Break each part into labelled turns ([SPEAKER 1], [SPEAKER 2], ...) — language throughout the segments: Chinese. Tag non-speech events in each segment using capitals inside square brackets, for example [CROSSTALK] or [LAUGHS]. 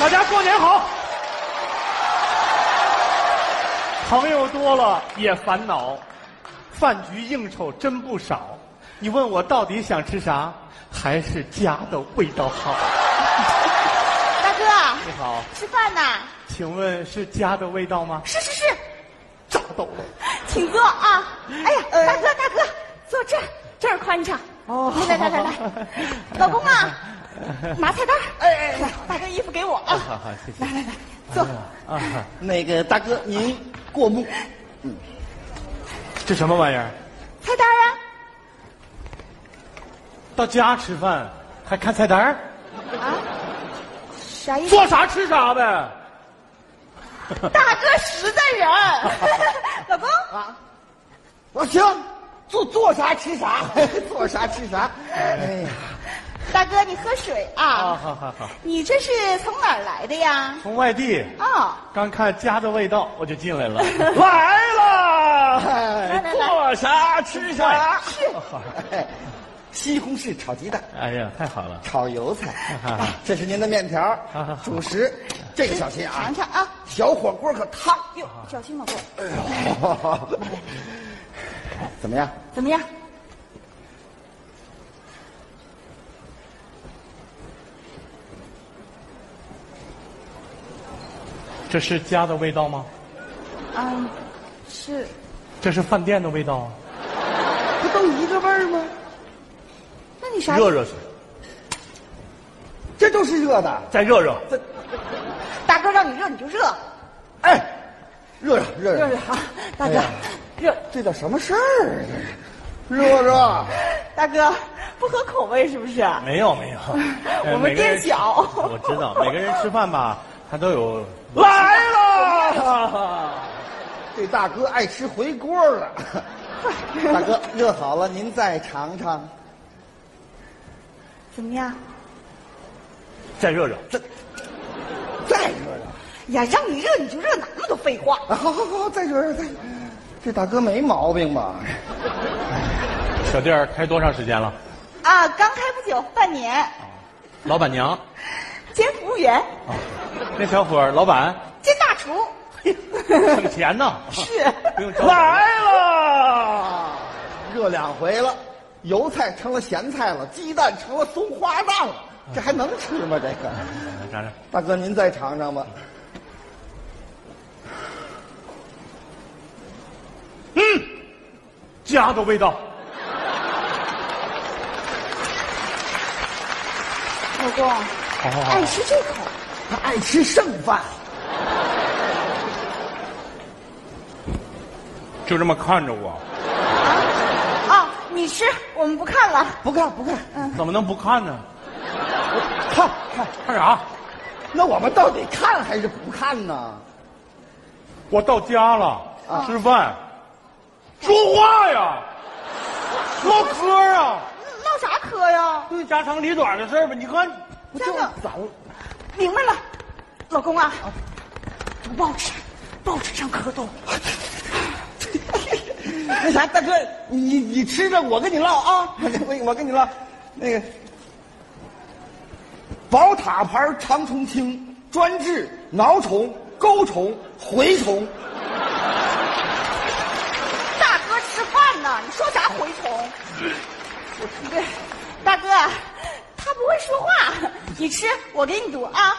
[SPEAKER 1] 大家过年好。朋友多了也烦恼，饭局应酬真不少。你问我到底想吃啥，还是家的味道好。
[SPEAKER 2] 大哥，
[SPEAKER 1] 你好，
[SPEAKER 2] 吃饭呐？
[SPEAKER 1] 请问是家的味道吗？
[SPEAKER 2] 是是是，
[SPEAKER 1] 找到了。
[SPEAKER 2] 请坐啊！哎呀，大哥大哥，坐这儿，这儿宽敞。
[SPEAKER 1] 哦
[SPEAKER 2] 来来来来来， [LAUGHS] 老公啊，麻菜单儿。哎哎，来，大哥衣服给我啊。哎
[SPEAKER 1] 好好，谢谢。
[SPEAKER 2] 来来来，坐。
[SPEAKER 1] 啊，
[SPEAKER 3] 那个大哥，您过目。
[SPEAKER 1] 这什么玩意儿？
[SPEAKER 2] 菜单儿啊，
[SPEAKER 1] 到家吃饭还看菜单儿？
[SPEAKER 2] 啥意思？
[SPEAKER 1] 做啥吃啥呗。
[SPEAKER 2] 大哥实在人， [LAUGHS] 老公，
[SPEAKER 3] [LAUGHS] 我行，做做啥吃啥， [LAUGHS] 做啥吃啥。哎呀，
[SPEAKER 2] 大哥你喝水
[SPEAKER 1] 啊，
[SPEAKER 2] 啊。
[SPEAKER 1] 好好好。
[SPEAKER 2] 你这是从哪儿来的呀？
[SPEAKER 1] 从外地
[SPEAKER 2] 哦，
[SPEAKER 1] 刚看家的味道，我就进来 [LAUGHS] 了。来了，
[SPEAKER 2] 来来
[SPEAKER 1] 哎
[SPEAKER 2] 来
[SPEAKER 1] 做啥吃啥。
[SPEAKER 2] 是
[SPEAKER 3] 哎西红柿炒鸡蛋，
[SPEAKER 1] 哎呀，太好了。
[SPEAKER 3] 炒油菜。啊这是您的面 [LAUGHS] 条
[SPEAKER 1] 好好好，
[SPEAKER 3] 主食，这个小心啊
[SPEAKER 2] 尝。尝啊。
[SPEAKER 3] 小火锅可烫。
[SPEAKER 2] 哟，小心老公，
[SPEAKER 3] [LAUGHS] 怎么样？
[SPEAKER 2] 怎么样？
[SPEAKER 1] 这是家的味道吗？
[SPEAKER 2] 嗯，是
[SPEAKER 1] 这是饭店的味道啊。
[SPEAKER 3] 不都一个味儿吗？
[SPEAKER 2] 那你啥？
[SPEAKER 1] 热水，
[SPEAKER 3] 这都是热的。
[SPEAKER 1] 再热热。
[SPEAKER 2] 大哥让你热你就热，
[SPEAKER 3] 哎，热热热
[SPEAKER 2] 热
[SPEAKER 3] 热，
[SPEAKER 2] 热啊！大
[SPEAKER 3] 哎
[SPEAKER 2] 哥
[SPEAKER 3] 呀，
[SPEAKER 2] [LAUGHS] 热
[SPEAKER 3] 这叫什么事儿？这是热热，
[SPEAKER 2] 大哥不合口味是不啊是？
[SPEAKER 1] 没有 [LAUGHS] 没有，哎
[SPEAKER 2] 我们
[SPEAKER 1] 每个人
[SPEAKER 2] 店小
[SPEAKER 1] [LAUGHS] 我知道，每个人吃饭吧，他都有。来啊了，
[SPEAKER 3] 这大哥爱吃回锅了。大哥，热好了，您再尝尝。
[SPEAKER 2] 怎么样？
[SPEAKER 1] 再热热。
[SPEAKER 3] 再热热。
[SPEAKER 2] 呀，让你热你就热，哪那么多废话？
[SPEAKER 3] 啊，好好好，再说再，这大哥没毛病吧？
[SPEAKER 1] 小店儿开多长时间了？
[SPEAKER 2] 啊，刚开不久，半年，
[SPEAKER 1] 老板娘，哦
[SPEAKER 2] 兼服务员，
[SPEAKER 1] 那小伙儿，老板
[SPEAKER 2] 兼
[SPEAKER 1] [LAUGHS]
[SPEAKER 2] 大厨，
[SPEAKER 1] 省钱 [LAUGHS] 呢，
[SPEAKER 2] 是。
[SPEAKER 1] 不用着急。来了，
[SPEAKER 3] 啊，热两回了，油菜成了咸菜了，鸡蛋成了松花蛋了，这还能吃吗？这个，
[SPEAKER 1] 尝尝。
[SPEAKER 3] 大哥您再尝尝吧。
[SPEAKER 1] 家的味道。
[SPEAKER 2] 老公，
[SPEAKER 1] 哎好好好
[SPEAKER 2] 爱，吃这口，
[SPEAKER 3] 他爱吃剩饭，
[SPEAKER 1] 就这么看着我，
[SPEAKER 2] 啊，你吃，我们不看了。
[SPEAKER 3] 不看不看，
[SPEAKER 2] 嗯
[SPEAKER 1] 怎么能不看呢？
[SPEAKER 3] 看看，
[SPEAKER 1] 看啥？
[SPEAKER 3] 那我们到底看还是不看呢？
[SPEAKER 1] 我到家了，吃饭，说话呀，唠嗑啊，
[SPEAKER 2] 唠嗯啥嗑呀？
[SPEAKER 1] 对家长里短的事儿吧。你看，
[SPEAKER 3] 不
[SPEAKER 2] 真
[SPEAKER 3] 就
[SPEAKER 2] 的
[SPEAKER 3] 咱
[SPEAKER 2] 明白了，老公啊，读报纸，报纸上可懂。
[SPEAKER 3] 那 [LAUGHS] 啥，大哥，你你你吃着，我跟你唠啊， [LAUGHS] 我我跟你唠，那个宝塔牌长虫清专治挠虫、钩虫、蛔虫。
[SPEAKER 2] 大哥吃饭呢，你说啥蛔虫？对，大哥，他不会说话，你吃，我给你读
[SPEAKER 3] [LAUGHS]
[SPEAKER 2] 啊。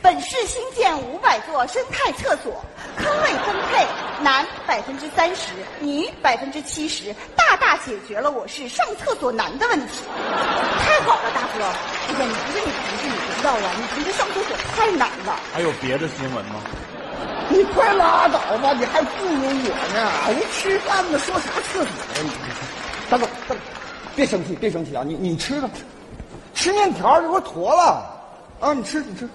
[SPEAKER 2] 本市新建五百座生态厕所，坑位分配男百分之三十，女百分之七十，大大解决了我市上厕所难的问题。太好了，大哥！哎呀，你不是你同事，你不知道啊，你同事上厕所太难了。
[SPEAKER 1] 还有别的新闻吗？
[SPEAKER 3] 你快拉倒吧，你还不如我呢！你哎吃饭呢，说啥厕所呀你？大哥，大哥，别生气，别生气啊！你你吃吧，吃面条这不坨了啊！你吃，你 [COUGHS] 吃。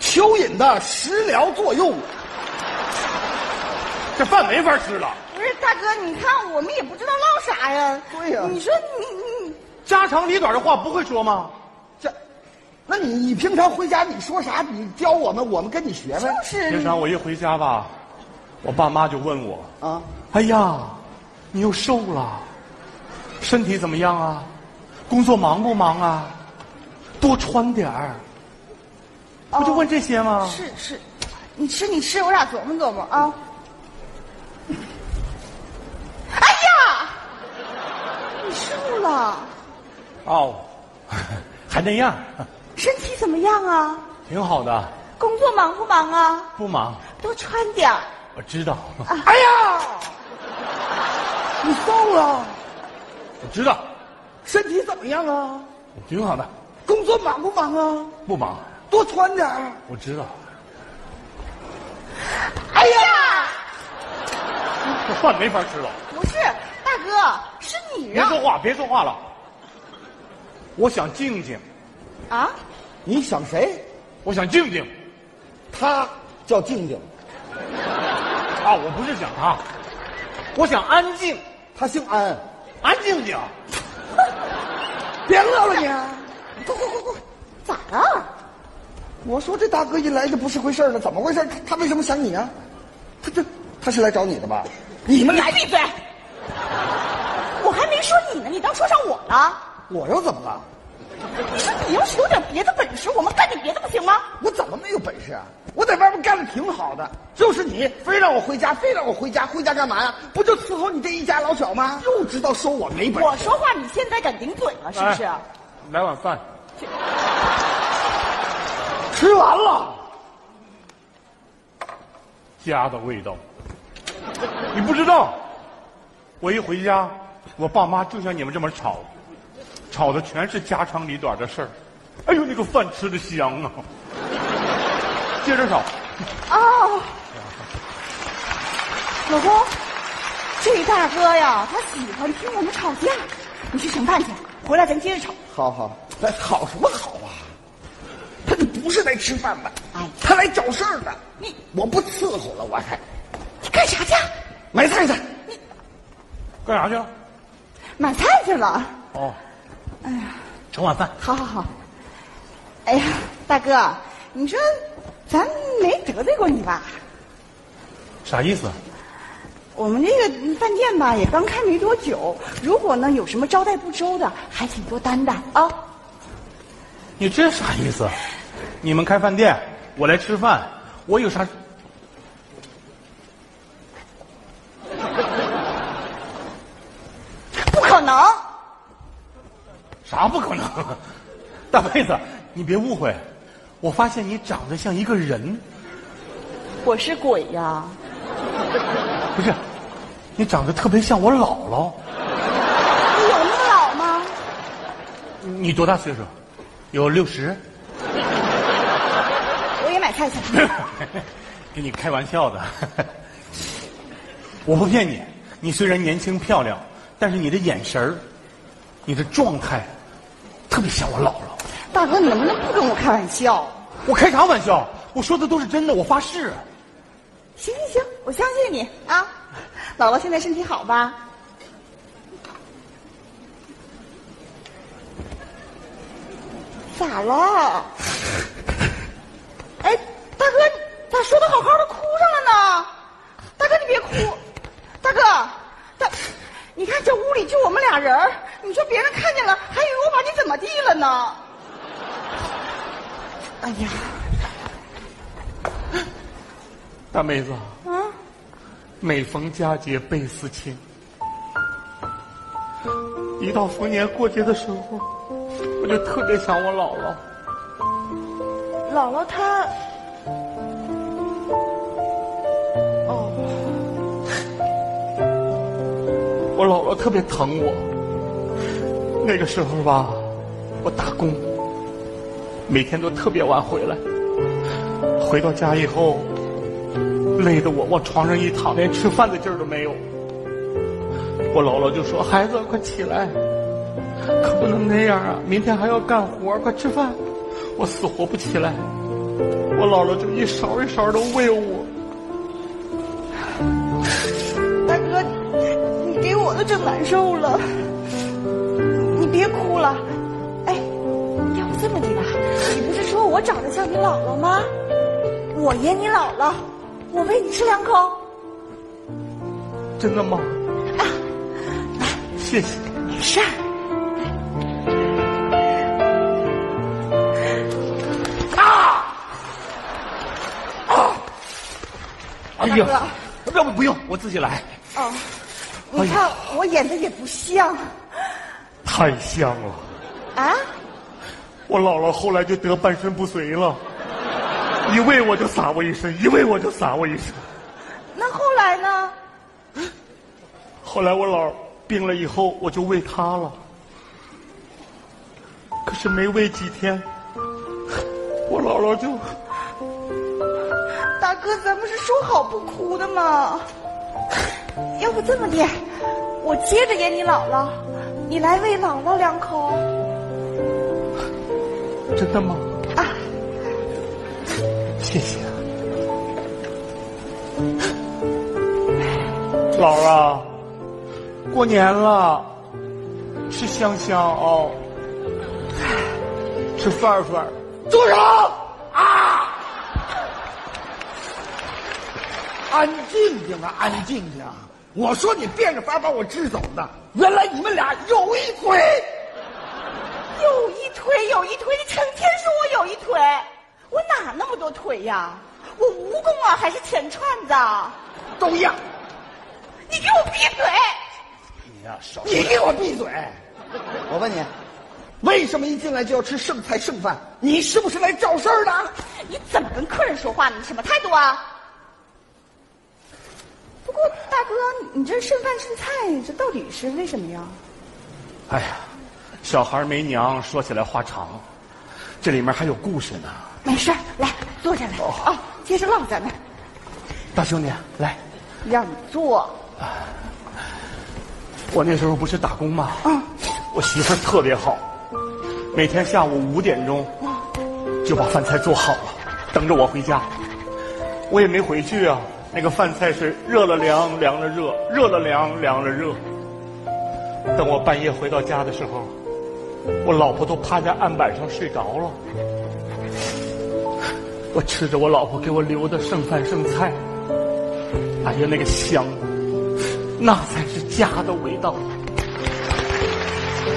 [SPEAKER 3] 蚯蚓的食疗作用。
[SPEAKER 1] 这饭没法吃了，
[SPEAKER 2] 不是大哥，你看我们也不知道唠啥呀。
[SPEAKER 3] 对呀
[SPEAKER 2] 你说你你
[SPEAKER 1] 家长里短的话不会说吗？
[SPEAKER 3] 这，那你你平常回家你说啥？你教我们，我们跟你学呗
[SPEAKER 2] 就。是
[SPEAKER 1] 平常我一回家吧，我爸妈就问我，
[SPEAKER 3] 啊，
[SPEAKER 1] 哎呀，你又瘦了，身体怎么样啊？工作忙不忙啊？多穿点儿。不就问这些吗？
[SPEAKER 2] 是是，你吃你吃，我俩琢磨琢磨啊。哎呀，你瘦了，
[SPEAKER 1] 哦， [LAUGHS] 还那样，
[SPEAKER 2] 身体怎么样啊？
[SPEAKER 1] 挺好的，
[SPEAKER 2] 工作忙不忙啊？
[SPEAKER 1] 不忙。
[SPEAKER 2] 多穿点儿。
[SPEAKER 1] 我知道，
[SPEAKER 3] 哎呀，你瘦了，
[SPEAKER 1] 我知道，
[SPEAKER 3] 身体怎么样啊？
[SPEAKER 1] 挺好的，
[SPEAKER 3] 工作忙不忙啊？
[SPEAKER 1] 不忙。
[SPEAKER 3] 多穿点儿。
[SPEAKER 1] 我知道，
[SPEAKER 2] 哎呀，
[SPEAKER 1] 这饭没法吃了。
[SPEAKER 2] 不是大哥，是你
[SPEAKER 1] 别
[SPEAKER 2] 让
[SPEAKER 1] 说话，别说话了。我想静静，
[SPEAKER 2] 啊？
[SPEAKER 3] 你想谁？
[SPEAKER 1] 我想静静。
[SPEAKER 3] 他叫静静，
[SPEAKER 1] 啊，我不是想她，我想安静，
[SPEAKER 3] 他姓安。
[SPEAKER 1] 安静静。
[SPEAKER 3] 别乐了你，啊
[SPEAKER 2] [LAUGHS] 快快快快，咋了？
[SPEAKER 3] 我说这大哥一来就不是回事儿了，怎么回事儿？他他为什么想你啊？他这他是来找你的吧？你们俩，
[SPEAKER 2] 闭嘴！我还没说你呢，你倒说上我了。
[SPEAKER 3] 我又怎么了？
[SPEAKER 2] 你说你要是有点别的本事，我们干点别的不行吗？
[SPEAKER 3] 我怎么没有本事啊？我在外面干的挺好的，就是你非让我回家，非让我回家，回家干嘛呀？不就伺候你这一家老小吗？又知道说我没本
[SPEAKER 2] 我
[SPEAKER 3] 事，
[SPEAKER 2] 说话你现在敢顶嘴了是不是？
[SPEAKER 1] 哎来碗饭，
[SPEAKER 3] 吃完了，
[SPEAKER 1] 家的味道。你不知道，我一回家，我爸妈就像你们这么吵，吵的全是家长里短的事儿。哎呦，那个饭吃的香啊！接着吵，
[SPEAKER 2] 哦，老公，这大哥呀，他喜欢听我们吵架。你去盛饭去，回来咱接着吵。
[SPEAKER 3] 好好，那好什么好啊？他这不是来吃饭的，他来找事儿的。
[SPEAKER 2] 哎你
[SPEAKER 3] 我不伺候了，我还
[SPEAKER 2] 你干啥去？
[SPEAKER 3] 买菜去。
[SPEAKER 1] 干啥去了？
[SPEAKER 2] 买菜去了。
[SPEAKER 1] 哦，盛碗饭。
[SPEAKER 2] 好好好。哎呀，大哥，你说咱没得罪过你吧？
[SPEAKER 1] 啥意思？
[SPEAKER 2] 我们这个饭店吧也刚开没多久，如果呢有什么招待不周的，还请多担待啊。
[SPEAKER 1] 你这啥意思？你们开饭店，我来吃饭，我有啥？
[SPEAKER 2] 不可能，
[SPEAKER 1] 啥不可能？大妹子，你别误会，我发现你长得像一个人，
[SPEAKER 2] 我是鬼呀。
[SPEAKER 1] 不是，你长得特别像我姥姥。
[SPEAKER 2] 你有那么老吗？
[SPEAKER 1] 你多大岁数？有六十？
[SPEAKER 2] 我也买菜 [LAUGHS] 去了。
[SPEAKER 1] [LAUGHS] 跟你开玩笑的， [LAUGHS] 我不骗你。你虽然年轻漂亮，但是你的眼神儿，你的状态，特别像我姥姥。
[SPEAKER 2] 大哥，你能不能不跟我开玩笑？
[SPEAKER 1] 我开啥玩笑？我说的都是真的，我发誓。
[SPEAKER 2] 行行行，我相信你啊。姥姥现在身体好吧？咋了？ [LAUGHS] 哎，大哥，咋说的好好的哭上了呢？大哥，你别哭，大哥，大，你看这屋里就我们俩人儿你说别人看见了，还以为我把你怎么地了呢？哎呀，
[SPEAKER 1] 大妹子，
[SPEAKER 2] 啊！
[SPEAKER 1] 每逢佳节倍思亲。一到逢年过节的时候，我就特别想我姥姥。
[SPEAKER 2] 姥姥她，哦，
[SPEAKER 1] 我姥姥特别疼我。那个时候吧，我打工，每天都特别晚回来。回到家以后，累得我往床上一躺，连吃饭的劲儿都没有。我姥姥就说：“孩子，快起来，可不能那样啊！明天还要干活，快吃饭。”我死活不起来，我姥姥就一勺一勺的喂我。
[SPEAKER 2] 大哥，你给我都整难受了，你别哭了。哎，要不这么的吧，你不是说我长得像你姥姥吗？我演你姥姥，我喂你吃两口。
[SPEAKER 1] 真的吗？ [LAUGHS] 谢谢。
[SPEAKER 2] 没事儿。大哥。
[SPEAKER 1] 不要不不用，我自己来。
[SPEAKER 2] 哦，你看我演的也不像
[SPEAKER 1] 太像了，
[SPEAKER 2] 啊，
[SPEAKER 1] 我姥姥后来就得半身不遂了，一喂我就撒我一身，一喂我就撒我一身。
[SPEAKER 2] 那后来呢？
[SPEAKER 1] 后来我姥儿病了以后，我就喂她了。可是没喂几天，我姥姥就
[SPEAKER 2] 大哥，咱们是说好不哭的嘛。 [LAUGHS] 要不这么的，我接着演你姥姥，你来喂姥姥两口
[SPEAKER 1] 真的吗？
[SPEAKER 2] 啊。
[SPEAKER 1] 谢啊谢。姥儿啊，过年了，吃香香哦，吃涮涮。
[SPEAKER 3] 住手！啊！安静静啊，安静静！我说你变着法把我支走的，原来你们俩有一腿。
[SPEAKER 2] 有一腿有一腿，你成天说我有一腿，我哪那么多腿呀？我蜈蚣啊，还是钱串子？啊？
[SPEAKER 3] 都一样。
[SPEAKER 2] 你给我闭嘴！
[SPEAKER 1] 你哎呀、少
[SPEAKER 3] 你给我闭嘴！我问你，为什么一进来就要吃剩菜剩饭？你是不是来找事儿的？
[SPEAKER 2] 你怎么跟客人说话呢？你什么态度啊？不过大哥，你这剩饭剩菜，这到底是为什么呀？
[SPEAKER 1] 哎呀，小孩没娘，说起来话长，这里面还有故事呢。
[SPEAKER 2] 没事儿，来坐下来啊、接着唠咱们。
[SPEAKER 1] 大兄弟，来，
[SPEAKER 2] 让你坐，
[SPEAKER 1] 我那时候不是打工吗？我媳妇儿特别好，每天下午五点钟就把饭菜做好了，等着我回家。我也没回去啊，那个饭菜是热了凉，凉了热，热了凉，凉了热。等我半夜回到家的时候，我老婆都趴在案板上睡着了。我吃着我老婆给我留的剩饭剩菜，哎呀，那个香，那才是家的味道。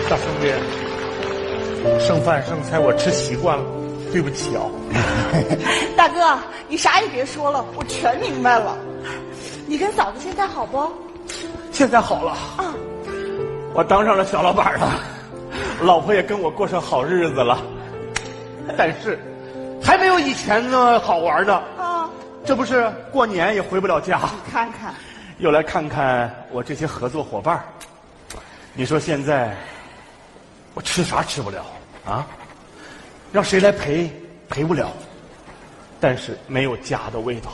[SPEAKER 1] 大兄弟，剩饭剩菜我吃习惯了，对不 [LAUGHS] 起啊、
[SPEAKER 2] 大哥，你啥也别说了，我全明白了。你跟嫂子现在好不？
[SPEAKER 1] 现在好了，
[SPEAKER 2] 啊，
[SPEAKER 1] 我当上了小老板了，老婆也跟我过上好日子了，但是还没有以前呢好玩呢。
[SPEAKER 2] 啊，
[SPEAKER 1] 这不是过年也回不了家，
[SPEAKER 2] 看看，
[SPEAKER 1] 又来看看我这些合作伙伴儿。你说现在我吃啥吃不了啊？让谁来陪陪不了，但是没有家的味道。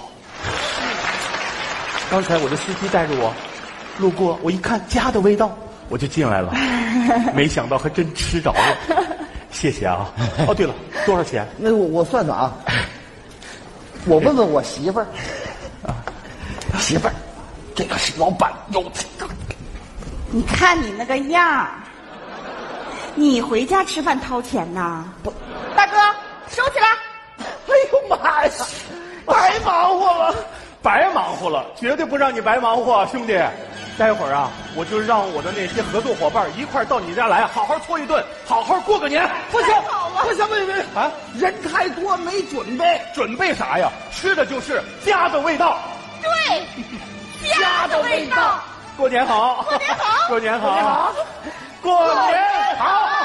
[SPEAKER 1] 刚才我的司机带着我路过，我一看家的味道，我就进来了，没想到还真吃着了。谢谢啊！哦，对了，多少钱？
[SPEAKER 3] 那我我算算啊，我问问我媳妇儿，啊媳妇儿，这个是老板有
[SPEAKER 2] 你看你那个样儿，你回家吃饭掏钱呐？不，大哥，收起来。
[SPEAKER 3] 哎呦妈呀，白忙活了！
[SPEAKER 1] 白忙活了，绝对不让你白忙活啊，兄弟。待会儿啊，我就让我的那些合作伙伴一块儿到你家来，好好搓一顿，好好过个年。
[SPEAKER 3] 不行
[SPEAKER 2] 太好，了
[SPEAKER 3] 不行，不行，不行
[SPEAKER 1] 啊
[SPEAKER 3] 啊！人太多，没准备。
[SPEAKER 1] 准备啥呀？吃的就是家的味道。
[SPEAKER 2] 对，[LAUGHS]
[SPEAKER 3] 家
[SPEAKER 2] 家
[SPEAKER 3] 的
[SPEAKER 2] 的
[SPEAKER 3] 味
[SPEAKER 2] 味
[SPEAKER 3] 道
[SPEAKER 2] 道。
[SPEAKER 1] [LAUGHS] 过年好，
[SPEAKER 2] 过年好
[SPEAKER 1] 过年好，过年好，过年好。